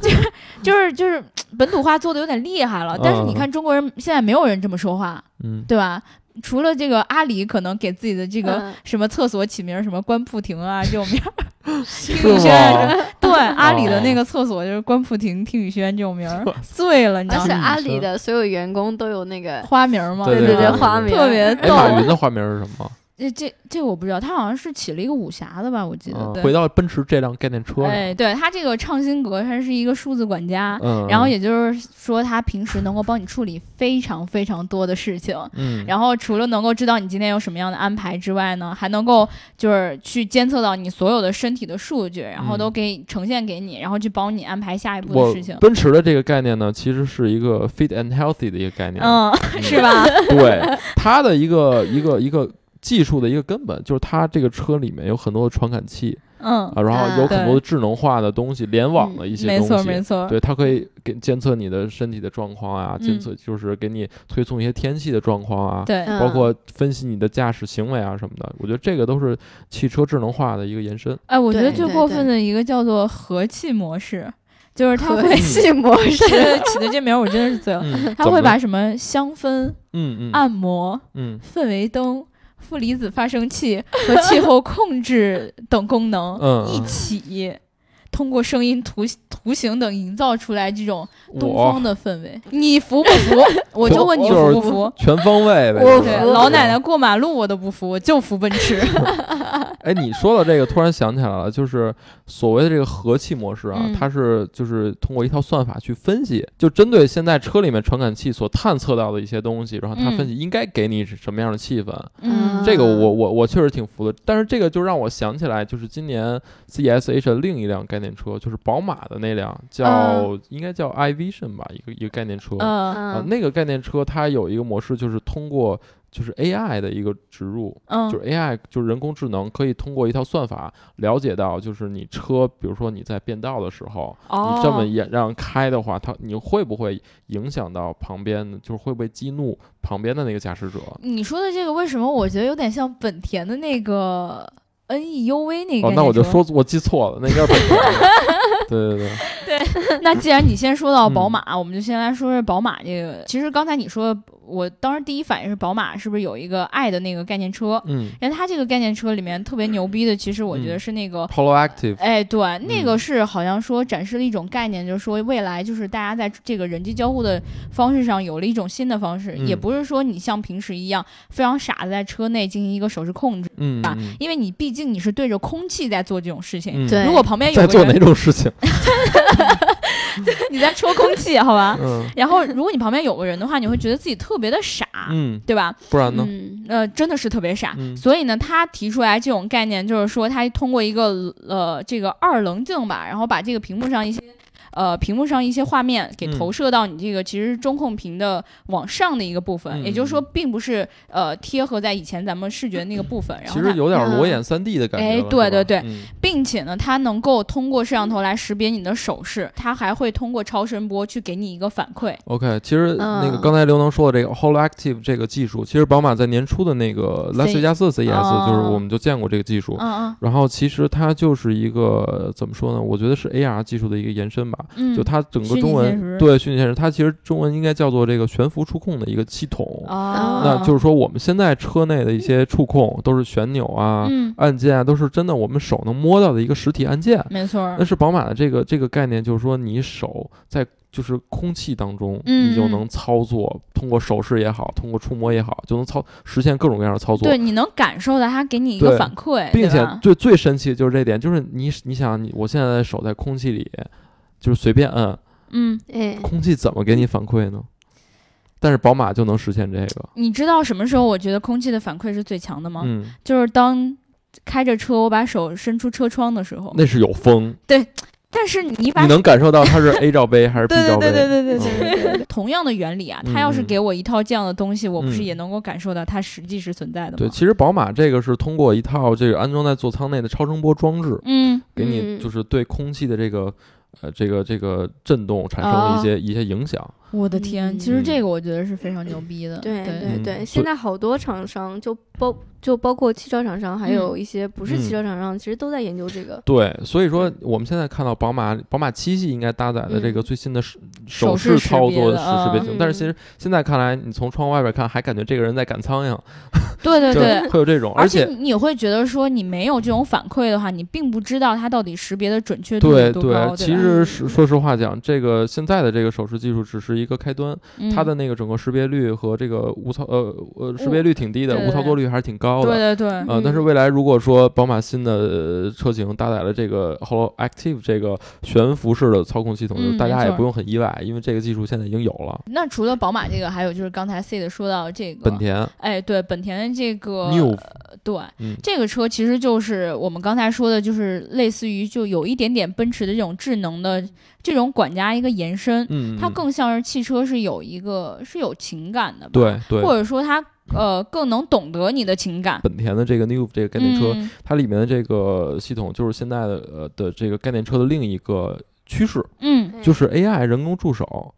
S2: 就是就是本土化做的有点厉害了，但是你看中国人现在没有人这么说话，
S4: 嗯，
S2: 对吧？除了这个阿里可能给自己的这
S3: 这
S2: 个什么厕所起名儿什么关铺亭啊这种名 儿，听
S4: 是
S2: 雨轩
S4: 吗？
S2: 对阿里
S4: 哦
S2: 的那个厕所就是关铺亭听雨轩这种名儿，醉了，你知道
S3: 而
S2: 吗
S3: 且？阿里的所有员工都有那个，
S2: 花名儿吗？
S4: 对
S3: 对
S4: 对
S3: 对，
S4: 对
S3: 花
S4: 对
S3: 名
S2: 特别
S4: 哎，
S2: 逗。
S4: 马云的花名是什么？
S2: 这这这我不知道，他好像是起了一个武侠的吧？我记得。
S4: 嗯
S2: 对
S4: 回到奔驰这辆概念车上，
S2: 哎，对他这个畅心阁，他是一个数字管家。
S4: 嗯，
S2: 然后也就是说，他平时能够帮你处理非常非常多的事情。
S4: 嗯，
S2: 然后除了能够知道你今天有什么样的安排之外呢，还能够就是去监测到你所有的身体的数据，然后都给呈现给你，然后去帮你安排下一步的
S4: 嗯我
S2: 事情。
S4: 奔驰的这个概念呢，其实是一个 fit and healthy 的一个概念，
S2: 嗯，
S4: 嗯
S2: 是？吧？
S4: 对，它的一个一个一个。技术的一个根本就是它这个车里面有很多的传感器
S2: 嗯，
S4: 啊，然后有
S2: 对
S4: 很多的智能化的东西，联网的一些
S2: 没
S4: 东西，
S2: 错没错。
S4: 对，它可以给监测你的身体的状况啊，
S2: 嗯
S4: 监测就是给你推送一些天气的状况啊，
S2: 对，
S3: 嗯
S4: 包括分析你的驾驶行为啊什么的。我觉得这个都是汽车智能化的一个延伸。
S2: 哎，我觉得
S3: 对
S2: 最
S3: 对
S2: 过
S3: 对
S2: 分的一个叫做和气模式，就是他
S3: 和
S2: 会
S3: 气 模式
S2: 对。对对起的这名儿我真的是醉了，
S4: 嗯，
S2: 他
S4: 怎
S2: 会
S4: 么
S2: 把啊什么香氛、
S4: 嗯嗯
S2: 按摩、
S4: 嗯
S2: 氛围灯、负离子发生器和气候控制等功能
S4: 嗯，
S2: 哦一起。通过声音、图图形等营造出来这种东
S4: 我
S2: 方的氛围，你服不服？ 我就问你
S4: 就是
S2: 服不服？
S4: 全方位呗。
S3: 我
S4: 就是
S2: 对，
S3: 服
S2: 老奶奶。过马路我都不服，我就服奔驰。
S4: 哎，你说到这个，突然想起来了，就是所谓的这个和气模式啊，
S2: 嗯
S4: 它是就是通过一套算法去分析，就针对现在车里面传感器所探测到的一些东西，然后它分析应该给你是什么样的气氛。
S2: 嗯，
S4: 这个
S3: 嗯
S4: 我我我确实挺服的，但是这个就让我想起来，就是今年 CSH 的另一辆概念车，就是宝马的那辆叫、
S2: 嗯
S4: 应该叫 iVision 吧，一个一个概念车。
S2: 嗯
S4: 啊
S3: 嗯，
S4: 那个概念车它有一个模式，就是通过就是 AI 的一个植入，
S2: 嗯，
S4: 就是 AI 就是人工智能可以通过一套算法了解到，就是你车，比如说你在变道的时候，你这么
S2: 哦，
S4: 也让开的话，它你会不会影响到旁边的，就是会不会激怒旁边的那个驾驶者？
S2: 你说的这个为什么我觉得有点像本田的那个 NEUV 那个概念车？
S4: 哦，那我就说我记错了，那应该是本田。对对 对，
S2: 那既然你先说到
S4: 嗯
S2: 宝马，我们就先来说说宝马这个。其实刚才你说，我当时第一反应是宝马是不是有一个爱的那个概念车？
S4: 嗯
S2: 然后它这个概念车里面特别牛逼的，其实我觉得是那个。
S4: ，Polo Active，
S2: 哎，对，那
S4: 嗯
S2: 个是好像说展示了一种概念，就是说未来就是大家在这个人际交互的方式上有了一种新的方式，
S4: 嗯
S2: 也不是说你像平时一样非常傻的在车内进行一个手势控制，
S4: 嗯，
S2: 吧
S4: 嗯
S2: 因为你毕竟你是对着空气在做这种事情。
S4: 嗯
S3: 对
S2: 如果旁哎边有
S4: 在
S2: 个
S4: 做
S2: 人
S4: 哪，种事情？
S2: 你在抽空气，好吧？
S4: 嗯
S2: 然后，如果你旁边有个人的话，你会觉得自己特别的傻，
S4: 嗯，
S2: 对吧？
S4: 不然呢？
S3: 嗯，
S2: 呃，真的是特别傻。
S4: 嗯
S2: 所以呢，他提出来这种概念，就是说他通过一个呃这个二棱镜吧，然后把这个屏幕上一些呃屏幕上一些画面给
S4: 嗯
S2: 投射到你这个其实是中控屏的往上的一个部分，
S4: 嗯
S2: 也就是说，并不是呃贴合在以前咱们视觉那个部分。然
S4: 其
S2: 后
S4: 实
S2: 它
S4: 有点
S3: 嗯
S4: 裸眼三 D 的感觉了。
S2: 哎
S4: 是吧
S2: 对对对，
S4: 嗯
S2: 并且呢，它能够通过摄像头来识别你的手势，它还会通过超声波去给你一个反馈。
S4: OK，其实那个
S3: 嗯
S4: 刚才刘能说的这个 Holo Active 这个技术，其实宝马在年初的那个拉斯维加斯 CES 就是
S2: 哦
S4: 我们就见过这个技术。
S2: 嗯嗯
S4: 然后其实它就是一个怎么说呢？我觉得是 AR 技术的一个延伸吧。
S2: 嗯，
S4: 就它整
S2: 虚
S4: 个
S2: 拟
S4: 中
S2: 现
S4: 文
S2: 实
S4: 对虚拟现实，它其实中文应该叫做这个悬浮触控的一个系统。
S2: 哦，
S4: 那就是说我们现在车内的一些触控都是旋钮啊、
S2: 嗯，
S4: 按键啊，都是真的我们手能摸到的一个实体按键。
S2: 没错儿
S4: 但，是宝马的这个这个概念，就是说你手在就是空气当中，你就
S2: 嗯嗯
S4: 能操作，通过手势也好，通过触摸也好，就能操实现各种各样的操作。
S2: 对，你能感受到它给你一个
S4: 对
S2: 反馈，
S4: 并
S2: 对
S4: 且
S2: 吧
S4: 最最神奇的就是这点，就是你你想你我现在的手在空气里，就是随便摁，
S2: 嗯，
S3: 哎，
S4: 空气怎么给你反馈呢？但是宝马就能实现这个，
S2: 你知道什么时候我觉得空气的反馈是最强的吗？
S4: 嗯，
S2: 就是当开着车，我把手伸出车窗的时候，
S4: 那是 有风，
S2: 但是你把
S4: 你能感受到它 是 A 罩杯还是 B 罩杯？
S2: 对对
S4: 对
S2: 对，同样的原理啊，
S4: 嗯
S2: 它要是
S4: 哦嗯
S2: 给我一套这样的东西，我不是
S4: 嗯
S2: 也能够感受到它实际是存在的
S4: 对，
S2: 吗？
S4: 其实宝马这个是通过一套这个安装在座舱内的超声波装置，
S2: 嗯，
S4: 给你
S3: 嗯
S4: 就是对空气的这个呃这个这个震动产生了一
S2: 哦
S4: 些、一些影响。
S2: 我的天，
S3: 嗯
S2: 其实这个我觉得是非常牛逼的，对，
S3: 对对
S4: 嗯所以
S3: 对，现在好多厂商就包就包括汽车厂商，
S4: 嗯
S3: 还有一些不是汽车厂商，其实都在研究这个。
S4: 对，所以
S2: 嗯
S4: 说我们现在看到宝马宝马七系应该搭载的这个
S3: 嗯
S4: 最新的手
S2: 手
S4: 手
S2: 势
S4: 势
S2: 识
S4: 操
S2: 别
S4: 作
S2: 的
S4: 的实识别
S2: 嗯
S4: 系统，但是其实现在看来，你从窗外边看还感觉这个人在赶苍蝇，
S2: 对对
S4: 就
S2: 对，
S4: 会有这种，
S2: 而
S4: 且
S2: 你你会觉得说，你没有这种反馈的话，你并不知道它到底识别的准确度有
S4: 对
S2: 多高，
S4: 其
S2: 吧嗯
S4: 实是说实话讲，这个现在的这个手势技术只是一个开端，
S2: 嗯
S4: 它的那个整个识别率和这个无操呃呃识别率挺低的，
S2: 对对
S4: 无操作率还是挺
S2: 嗯、
S4: 高的。
S2: 对对对，
S4: 呃，但是
S3: 嗯
S4: 未来如果说宝马新的呃车型搭载了这个 Holo Active 这个悬浮式的操控系统，
S2: 嗯
S4: 就是大
S2: 没
S4: 家也
S2: 错
S4: 不用很意外，因为这个技术现在已经有了。
S2: 那除了宝马这个，还有就是刚才 C 的说到这个
S4: 本，田
S2: 哎，对，本田的这个
S4: New
S2: 对、
S4: 嗯
S2: 这个车其实就是我们刚才说的，就是类似于就有一点点奔驰的这种智能的这种管家一个延伸，
S4: 嗯，
S2: 它
S4: 嗯
S2: 更像是汽车是有一个是有情感的吧，，
S4: 对对，
S2: 或者说它呃更能懂得你的情感。
S4: 本田的这个 New 这个概念车，
S2: 嗯
S4: 它里面的这个系统就是现在的呃的这个概念车的另一个趋势，
S2: 嗯，
S4: 就是 AI 人工助手。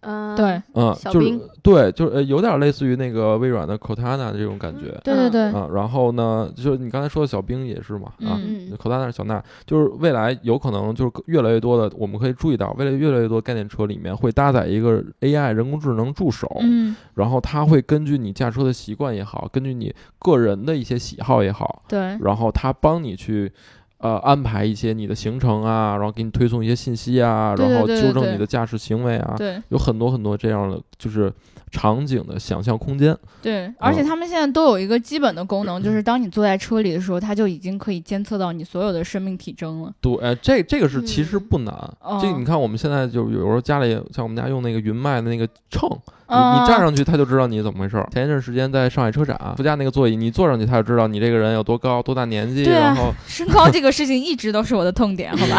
S3: 嗯，
S2: 对，
S4: 嗯，
S3: 小
S4: 就是
S3: 冰
S4: 对，就是呃有点类似于那个微软的 Cortana 这种感觉
S3: 嗯
S2: 对对对，
S4: 啊。然后呢，就是你刚才说的小冰也是嘛啊，
S2: 嗯
S3: 嗯
S4: 口袋那儿小娜，就是未来有可能就是越来越多的，我们可以注意到，未来越来越多概念车里面会搭载一个 AI 人工智能助手，
S2: 嗯，
S4: 然后它会根据你驾车的习惯也好，根据你个人的一些喜好也好，
S2: 对，
S4: 然后它帮你去。呃，安排一些你的行程啊，然后给你推送一些信息啊，
S2: 对对
S4: 然后
S2: 对对
S4: 纠正
S2: 对
S4: 你的驾驶行为啊，
S2: 对
S4: 有很多很多这样的就是场景的想象空间。
S2: 对，而且他们现在都有一个基本的功
S4: 嗯
S2: 能，就是当你坐在车里的时候，它就已经可以监测到你所有的生命体征了。
S4: 对，呃这这个是其实
S3: 嗯
S4: 不难。这
S2: 哦
S4: 你看，我们现在就有时候家里像我们家用那个云麦的那个秤，你你站
S2: 嗯
S4: 上去他就知道你怎么回事儿。前一阵时间在上海车展副驾那个座椅，你坐上去他就知道你这个人有多高、多大年纪，
S5: 对啊
S4: 然后
S2: 嗯
S5: 身高这个事情一直都是我的痛 点，好吧？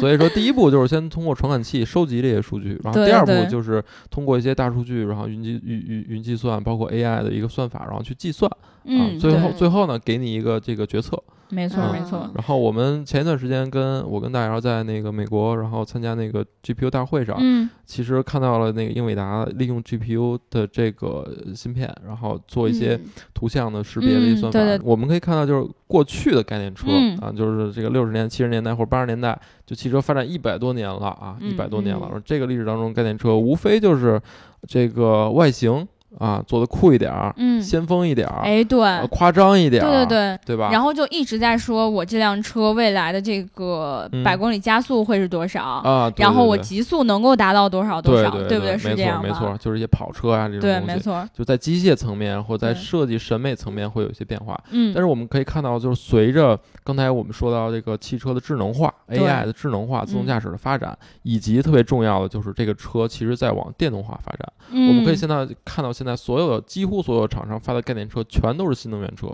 S4: 所以说，第一步就是先通过传感器收集这些数据，然后
S2: 对
S4: 第二步
S2: 对
S4: 就是通过一些大数据，然后云计云云云计算，包括 AI 的一个算法，然后去计算啊
S2: 嗯，。
S4: 最后
S3: 对
S4: 最后呢，给你一个这个决策。
S2: 没错
S4: 嗯
S2: 没错，
S4: 然后我们前一段时间跟我跟大姚在那个美国，然后参加那个 GPU 大会上，
S2: 嗯
S4: 其实看到了那个英伟达利用 GPU 的这个芯片，然后做一些
S3: 嗯
S4: 图像的识别的一
S2: 嗯
S4: 些算法。
S2: 对对
S4: 我们可以看到，就是过去的概念车、
S2: 嗯
S4: 啊，就是这个六十年、七十年代或者八十年代，就汽车发展一百多年了啊，一
S2: 嗯
S4: 百、多年了。
S3: 嗯
S4: 而这个历史当中，概念车无非就是这个外形啊做的酷一点儿、
S2: 嗯，
S4: 先锋一点儿、
S2: 哎对，
S4: 呃夸张一点儿，
S2: 对对对。
S4: 对吧？
S2: 然
S4: 后
S2: 后就一直在说我这辆车未来的这个
S4: 嗯
S2: 百公里加速会是多少，
S4: 啊，对
S2: 然后
S4: 对
S2: 我
S4: 对
S2: 极速能够达到多少多
S4: 对
S2: 少，
S4: 对
S2: 不
S4: 对？
S2: 对？是这样吧？
S4: 没错，没错，就是一些跑车啊这种
S2: 对，
S4: 东西
S2: 没错，
S4: 就在机械层面或在
S2: 对
S4: 设计审美层面会有一些变化。
S2: 嗯，
S4: 但是我们可以看到，就是随着刚才我们说到这个汽车的智能化、
S2: 对嗯
S4: AI 的智能化、自动驾驶的发展，以及特别重要的就是这个车其实在往电动化发展。
S2: 嗯
S4: 我们可以现在看到，现在所有的几乎所有厂商发的概念车全都是新能源车。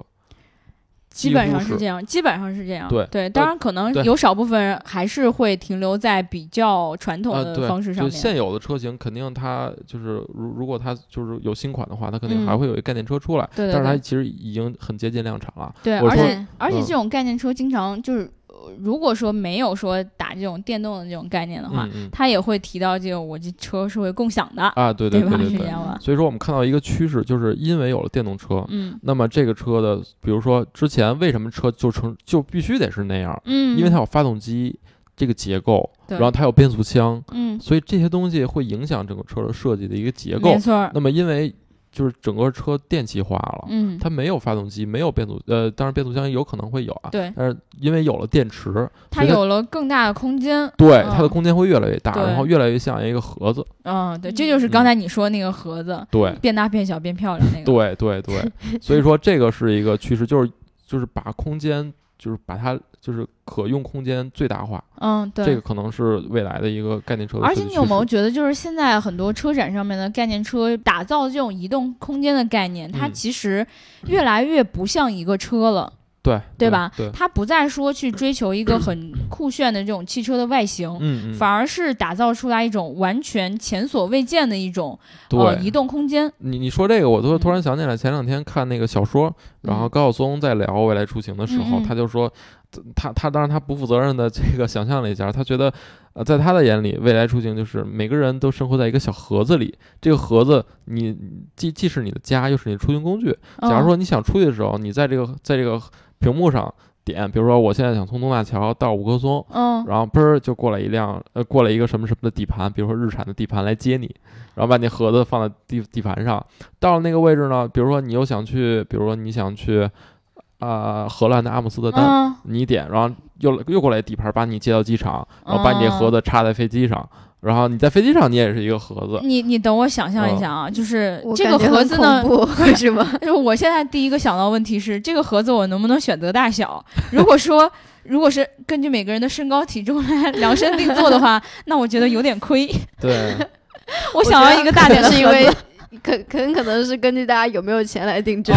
S2: 基本
S4: 几乎
S2: 上是
S4: 是
S2: 这样，基本上是这样。
S4: 对呃
S2: 当然可能
S4: 对
S2: 有少部分人还是会停留在比较传统
S4: 啊，
S2: 的
S4: 对，
S2: 方式上面。
S4: 就现有的车型，肯定它就是如如果它就是有新款的话，它肯定
S2: 嗯
S4: 还会有一个概念车出来。
S2: 对对
S4: 但是它
S2: 对
S4: 其实已经很接近量产了。
S2: 对，
S4: 我
S2: 而
S4: 说
S2: 且
S3: 对
S2: 而且
S4: 嗯
S2: 这种概念车经常就是，呃如果说没有说打这种电动的这种概念的话，
S4: 嗯嗯。
S2: 它也会提到这个我这车是会共享的，
S4: 啊，对对
S2: 吧？
S4: 对
S2: 是这
S4: 对对。
S2: 样吧？
S4: 所以说，我们看到一个趋势，就是因为有了电动车，
S2: 嗯
S4: 那么这个车的，比如说之前为什么车就成就必须得是那样儿，
S2: 嗯，
S4: 因为它有发动机这个结构，
S2: 对
S4: 然后它有变速箱，
S2: 嗯
S4: 所以这些东西会影响整个车的设计的一个结构
S2: 没。错儿，
S4: 那么因为就是整个车电气化了，
S2: 嗯，
S4: 它没有发动机，没有变速，呃，当然变速箱有可能会有啊，
S2: 对，
S4: 但是因为有了电池，
S2: 它
S4: 所以它
S2: 有了更大的空间。
S4: 对
S2: 嗯
S4: 它的空间会越来越大，
S2: 对
S4: 然后越来越像一个盒子。
S2: 嗯，对，这就是刚才你说那个盒子
S4: 对，
S2: 变大变小变漂亮那个。
S4: 对对对，所以说这个是一个趋势，就是就是把空间，就是把它就是可用空间最大化，
S2: 嗯，对，
S4: 这个可能是未来的一个概念车的
S2: 而
S4: 设
S2: 且
S4: 计
S2: 你
S4: 趋
S2: 有没有
S4: 势
S2: 觉得，就是现在很多车展上面的概念车打造这种移动空间的概念，它
S4: 嗯
S2: 其实越来越不像一个车了，
S4: 对
S2: 对吧？
S4: 嗯对，
S2: 它不再说去追求一个很酷炫的这种汽车的外形。
S4: 嗯嗯，
S2: 反而是打造出来一种完全前所未见的一种呃移
S4: 对。
S2: 动空间，
S4: 你你说这个，我都突
S2: 嗯
S4: 然想起来，前两天看那个小说，然后
S2: 嗯
S4: 高晓松在聊未来出行的时候，
S2: 嗯嗯
S4: 他就说，他他当然他不负责任的这个想象了一下，他觉得，呃，在他的眼里，未来出行就是每个人都生活在一个小盒子里，这个盒子你既既是你的家，又是你的出行工具，
S2: 嗯
S4: 假如说你想出去的时候，你在这个在这个屏幕上点，比如说我现在想从东大桥到五棵松，
S2: 嗯，嗯，
S4: 然后嘣儿就过来一辆呃过来一个什么什么的底盘，比如说日产的底盘来接你，然后把你盒子放在地地盘上。到了那个位置呢，比如说你又想去，比如说你想去啊、呃荷兰的阿姆斯特丹，
S2: 嗯，
S4: 你一点，然后又又过来底盘把你接到机场，然后把你这
S2: 嗯
S4: 盒子插在飞机上，然后你在飞机上你也是一个盒子。
S2: 你你等我想象一下
S4: 嗯
S2: 啊，就是
S3: 我
S2: 这
S3: 感
S2: 个
S3: 觉很
S2: 盒子呢，
S3: 恐怖 为什么？
S2: 就是我现在第一个想到的问题是，这个盒子我能不能选择大小？如果说如果是根据每个人的身高体重来量身定做的话，那我觉得有点亏。
S4: 对，
S2: 我想要一个大点的
S3: 是因
S2: 盒
S3: 为
S2: 子。
S3: 可可很可能是根据大家有没有钱来定
S4: 哦
S3: 制。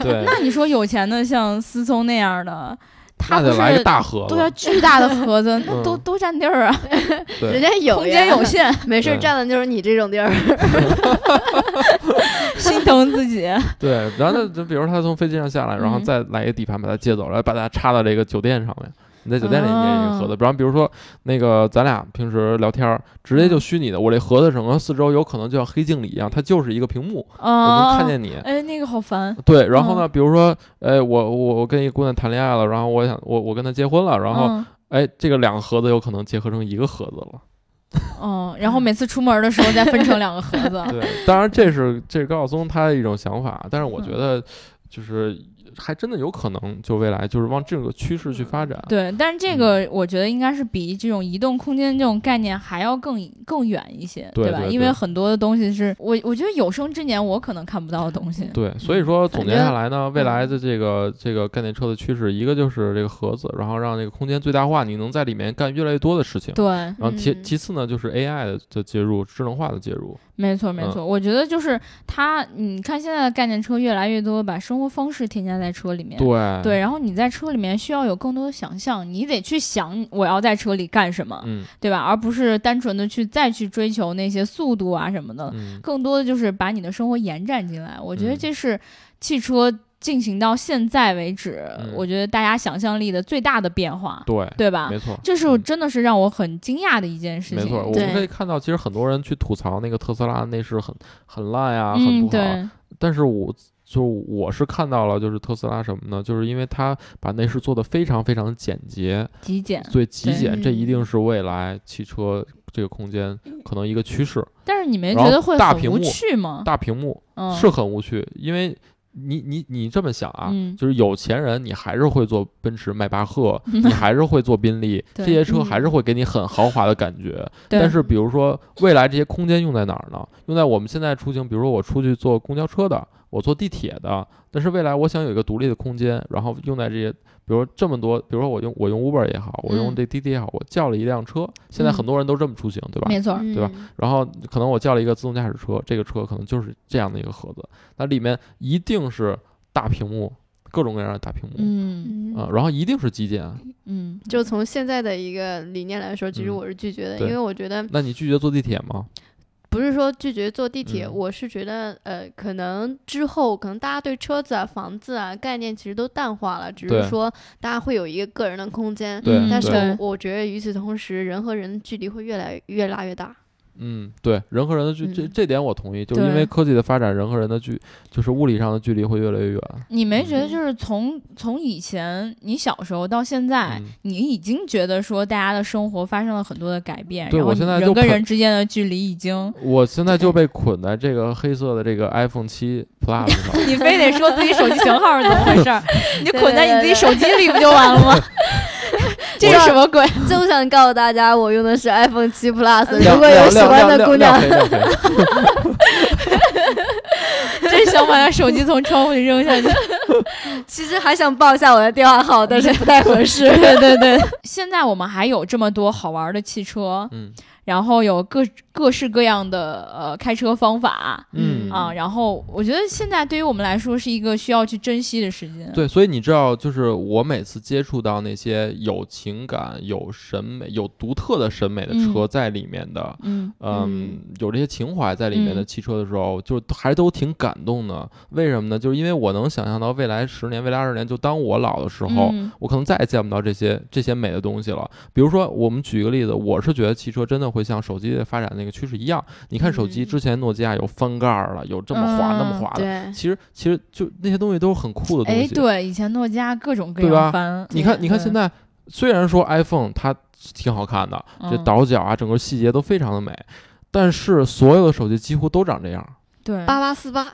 S4: 对，
S2: 那你说有钱的像思聪那样的，他
S4: 那
S2: 不
S4: 得来
S2: 是
S4: 个大盒子
S2: 对。啊，巨大的盒 子，那
S4: 嗯
S2: 都都占地儿啊，
S4: 对
S3: 人家有
S2: 空间
S3: 呀
S2: 有，限，
S3: 没事儿
S4: 对
S3: 占的就是你这种地儿。
S2: 心疼自己。
S4: 对，然后他就比如他从飞机上下来，然后
S2: 嗯
S4: 再来一个底盘把他接走，然后把他插到这个酒店上面。你在酒店里你也是一
S2: 啊
S4: 个盒子，然后比如说那个咱俩平时聊天儿，直
S2: 嗯
S4: 接就虚拟的，我这盒子整个四周有可能就像黑镜里一样，它就是一个屏幕，我能
S2: 啊，
S4: 看见你。
S2: 哎，那个好烦。
S4: 对，然
S2: 嗯
S4: 后呢，比如说，哎，我我我跟一姑娘谈恋爱了，然后我想我我跟她结婚了，然后
S2: 嗯
S4: 哎，这个两个盒子有可能结合成一个盒子了。
S2: 嗯，然后每次出门的时候再分成两个 盒子。嗯
S4: 对，当然这是这是高晓松他的一种想法，但是我觉得就是还真的有可能就未来就是往这个趋势去发展。
S2: 嗯对，但是
S4: 嗯
S2: 这个我觉得应该是比这种移动空间这种概念还要更更远一些，
S4: 对
S2: 吧？
S4: 对
S2: 因为
S4: 对
S2: 很多的东西是我我觉得有生之年我可能看不到的东 西。
S4: 对，所以说总结
S3: 反正
S4: 下来呢，未
S2: 嗯
S4: 来的这个这个概念车的趋势，一个就是这个盒子，然后让这个空间最大化，你能在里面干越来越多的事情。
S2: 对，
S4: 然后其
S3: 嗯
S4: 其次呢，就是 AI 的的介入，智能化的介入。
S2: 没错没
S4: 嗯
S2: 错，我觉得就是它，你看现在的概念车越来越多，把生活方式添加在车里面。
S4: 对
S2: 对，，然后你在车里面需要有更多的想象，你得去想我要在车里干什么，
S4: 嗯
S2: 对吧？而不是单纯的去再去追求那些速度啊什么的，
S4: 嗯，
S2: 更多的就是把你的生活延展进来。我觉得
S4: 嗯
S2: 这是汽车进行到现在为止，
S4: 嗯
S2: 我觉得大家想象力的最大的变化，
S4: 对，
S2: 对吧？
S4: 没错。
S2: 这是
S4: 嗯
S2: 真的是让我很惊讶的一件事情。
S4: 没错，我
S3: 对
S4: 们可以看到，其实很多人去吐槽那个特斯拉内饰很很烂呀、很
S2: 嗯，
S4: 不好。
S2: 对，
S4: 但是我就我是看到了，就是特斯拉什么呢？就是因为它把内饰做得非常非常简洁，
S2: 极简。
S4: 所以极
S2: 对
S4: 简，这一
S3: 嗯
S4: 定是未来汽车这个空间可能一个趋势。
S2: 但是你没
S4: 然后
S2: 觉得会
S4: 大
S2: 很
S4: 屏
S2: 无
S4: 幕
S2: 趣吗？
S4: 大屏幕
S2: 嗯，
S4: 是很无趣，因为你你你这么想啊，
S2: 嗯
S4: 就是有钱人你还是会坐奔驰、迈 巴赫，你还是会坐宾利，这
S2: 对嗯
S4: 些车还是会给你很豪华的感觉。
S2: 对
S4: 但是比如说未来这些空间用在哪儿呢？用在我们现在出行，比如说我出去坐公交车的，我坐地铁的，但是未来我想有一个独立的空间，然后用在这些。比如这么多，比如说我用我用 Uber 也好，我用
S2: 嗯
S4: 这滴滴也好，我叫了一辆车，现在很多人都这么出行，对吧？
S2: 没错，
S3: 对
S4: 对吧？然后可能我叫了一个自动驾驶车，这个车可能就是这样的一个盒子，那里面一定是大屏幕，各种各样的大屏幕
S2: 嗯
S3: 嗯
S4: 啊、然后一定是基建。
S2: 嗯，
S3: 就从现在的一个理念来说，其实
S4: 嗯
S3: 我是拒绝的，
S4: 对
S3: 因为我觉得
S4: 那你拒绝坐地铁吗？
S3: 不是说拒绝坐地铁，
S4: 嗯
S3: 我是觉得呃，可能之后可能大家对车子啊、房子啊概念其实都淡化了，只
S4: 对
S3: 是说大家会有一个个人的空间。
S4: 对
S2: 嗯
S3: 但是
S2: 对
S3: 我我觉得与此同时，人和人的距离会越来越拉越大。
S4: 嗯，对，人和人的距，这
S3: 嗯
S4: 这点我同意，就是因
S2: 对
S4: 为科技的发展，人和人的距，就是物理上的距离会越来越远。
S2: 你没
S4: 嗯
S2: 觉得就是从从以前你小时候到现在，
S4: 嗯
S2: 你已经觉得说大家的生活发生了很多的改变，
S4: 对
S2: 然后
S4: 我现在就
S2: 人跟
S4: 很
S2: 人之间的距离已经，
S4: 我现在就被捆在这个黑色的这个 iPhone 七 Plus 上
S2: 你非得说自己手机型号是怎么回 事儿？你就
S3: 对
S2: 捆在
S3: 对
S2: 你自己
S3: 对
S2: 手机里不就完了吗？ 这是什么 鬼？
S3: 就想告诉大家，我用的是 iPhone 七 Plus，
S2: 呃
S4: 亮。
S3: 如果有喜欢的姑娘
S4: 亮，亮 亮亮亮黑亮黑
S2: 真想把他手机从窗户里扔下去。
S3: 其实还想报一下我的电话 号，但是不太合适。
S2: 对对对，现在我们还有这么多好玩的汽车，
S4: 嗯
S2: 然后有各各式各样的呃开车方法
S4: 嗯
S2: 啊，然后我觉得现在对于我们来说是一个需要去珍惜的时间。
S4: 对，所以你知道，就是我每次接触到那些有情感、有审美、有独特的审美的车在里面的，
S2: 嗯，
S4: 嗯，有这些情怀在里面的
S2: 嗯
S4: 汽车的时候，就还都挺感动的。为什么呢？就是因为我能想象到未来十年、未来二十年，就当我老的时候，
S2: 嗯
S4: 我可能再也见不到这些这些美的东西了。比如说，我们举一个例子，我是觉得汽车真的会像手机的发展那个趋势一样。你看手机
S3: 嗯
S4: 之前，诺基亚有翻盖儿了，有这么滑、那么
S2: 嗯
S4: 滑的。
S3: 对，
S4: 其实，其实就那些东西都是很酷的东
S2: 哎，
S4: 西。
S2: 对，以前诺基亚各种各
S4: 对吧
S2: 样翻，
S4: 你看，你看
S2: 对
S4: 现在，虽然说 iPhone 它挺好看的，这
S2: 嗯
S4: 倒角啊，整个细节都非常的美，但是所有的手机几乎都长这样，
S2: 对
S3: 八八四八，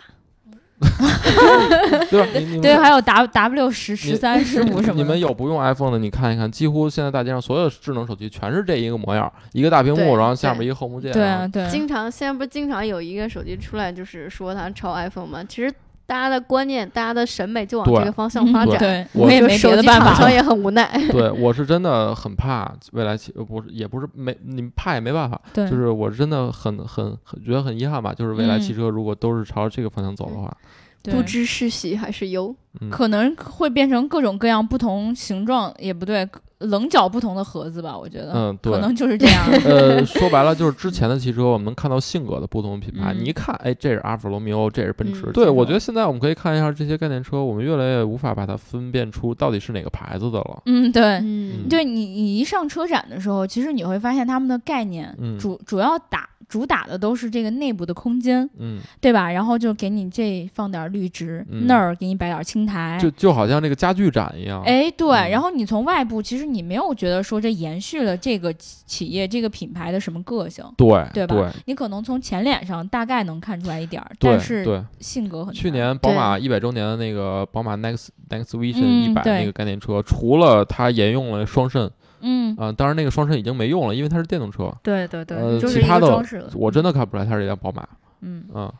S4: 对吧？ 你你们
S2: 对，还有 W W 十十三十五什么的，
S4: 嗯你们有不用 iPhone 的，你看一看，几乎现在大街上所有智能手机全是这一个模样儿，一个大屏幕，
S3: 对
S4: 然后下
S3: 对
S4: 面一个后幕键，
S2: 对
S4: 然
S2: 啊
S4: 后
S2: 对啊，
S3: 经常现在不是经常有一个手机出来，就是说它超 iPhone 吗？其实大家的观念、大家的审美就往这
S4: 对
S3: 个方向发
S2: 嗯
S3: 展。
S2: 对，
S4: 我
S2: 我也
S3: 就
S2: 没
S3: 手
S2: 别的
S3: 机
S2: 办
S3: 厂
S2: 法
S3: 商
S2: 了。
S3: 也很无奈。
S4: 对我是真的很怕未来汽，呃不是也不是没你们怕也没办法，
S2: 对，
S4: 就是我是真的很很很觉得很遗憾吧，就是未来汽
S2: 嗯
S4: 车如果都是朝这个方向走的话，
S2: 对
S3: 不知是喜还是忧。
S4: 嗯
S2: 可能会变成各种各样不同形状，也不对，棱角不同的盒子吧，我觉得，
S4: 嗯对
S2: 可能就是这样。
S4: 呃，说白了就是之前的汽车，我们能看到性格的不同品牌。
S2: 嗯
S4: 你一看，哎，这是阿尔法罗密欧，这是奔驰。
S3: 嗯
S4: 对，
S2: 这
S4: 我
S2: 种
S4: 觉得现在我们可以看一下这些概念车，我们越来越无法把它分辨出到底是哪个牌子的了。
S2: 嗯，对，
S3: 嗯
S4: 嗯
S2: 对你你一上车展的时候，其实你会发现他们的概念
S4: 嗯
S2: 主主要打主打的都是这个内部的空间，
S4: 嗯，
S2: 对吧？然后就给你这放点绿植，
S4: 嗯
S2: 那儿给你摆点青苔，
S4: 就就好像那个家具展一样，
S2: 哎，对，
S4: 嗯
S2: 然后你从外部其实你没有觉得说这延续了这个企企业这个品牌的什么个性，
S4: 对
S2: 对吧
S4: 对
S2: 你可能从前脸上大概能看出来一点儿，但
S4: 对
S2: 是
S4: 对
S2: 性格很
S4: 去
S2: 难
S4: 年宝马一百周年的那个宝马 Next Next Vision 一
S2: 嗯
S4: 百
S2: 对
S4: 那个概念车，除了它沿用了双肾
S2: 嗯
S4: 啊、当然那个双肾已经没用了，因为它是电动车，
S2: 对对对
S4: 呃，
S2: 就
S4: 其
S2: 是一
S4: 他
S2: 个
S4: 的
S2: 装饰了。
S4: 我真的看不出来它是一辆宝马。
S2: 嗯，
S4: 嗯，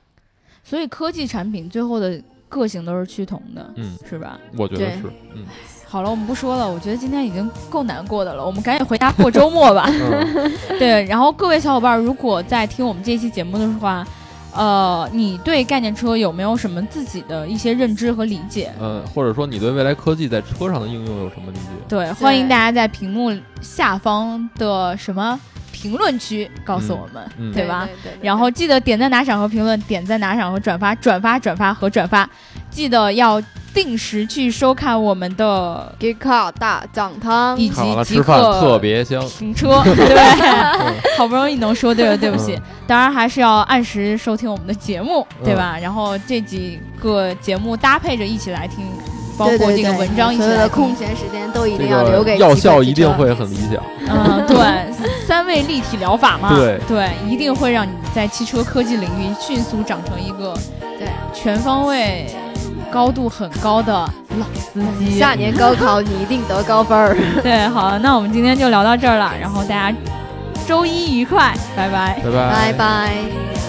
S2: 所以科技产品最后的个性都是趋同的，
S4: 嗯
S2: 是吧？
S4: 我觉得
S3: 对
S4: 是， 嗯，
S2: 好了，我们不说了，我觉得今天已经够难过的了，我们赶紧回家过周末 吧。
S4: 嗯
S2: 对，然后各位小伙伴，如果在听我们这期节目的话，呃，你对概念车有没有什么自己的一些认知和理解？
S4: 呃，或者说你对未来科技在车上的应用有什么理解？
S2: 对，欢迎大家在屏幕下方的什么评论区告诉我们，
S4: 嗯嗯
S2: 对吧？？
S3: 对
S2: 然后记得点赞、打赏和评论，点赞、打赏和转发，转发、转发和转发，记得要定时去收看我们的
S3: 给卡大讲堂，
S2: 以
S4: 看完
S2: 及
S4: 了
S2: 极
S4: 吃饭特
S2: 客
S4: 别 香，
S2: 停车， 对，好不容易能说对了，对不起
S4: 嗯，
S2: 当然还是要按时收听我们的节目，对吧？然后这几个节目搭配着一起来听，包括
S3: 对对
S2: 这个
S3: 对
S2: 文章一起
S3: 所有
S2: 来
S3: 的
S2: 听
S3: 空，闲时间都一
S4: 这
S3: 定要留
S4: 个
S3: 给
S4: 药
S3: 汽车
S4: 效
S3: 汽
S4: 一定
S3: 车
S4: 会很理想。
S2: 嗯，对， 三位立体疗法嘛，
S4: 对
S2: 一定会让你在汽车科技领域迅速长成一个
S3: 对
S2: 全方位、高度很高的老司机。
S3: 下年高考你一定得高分儿。
S2: 对，好，那我们今天就聊到这儿了，然后大家周一愉快，拜拜。
S3: 拜
S4: 拜
S3: 拜。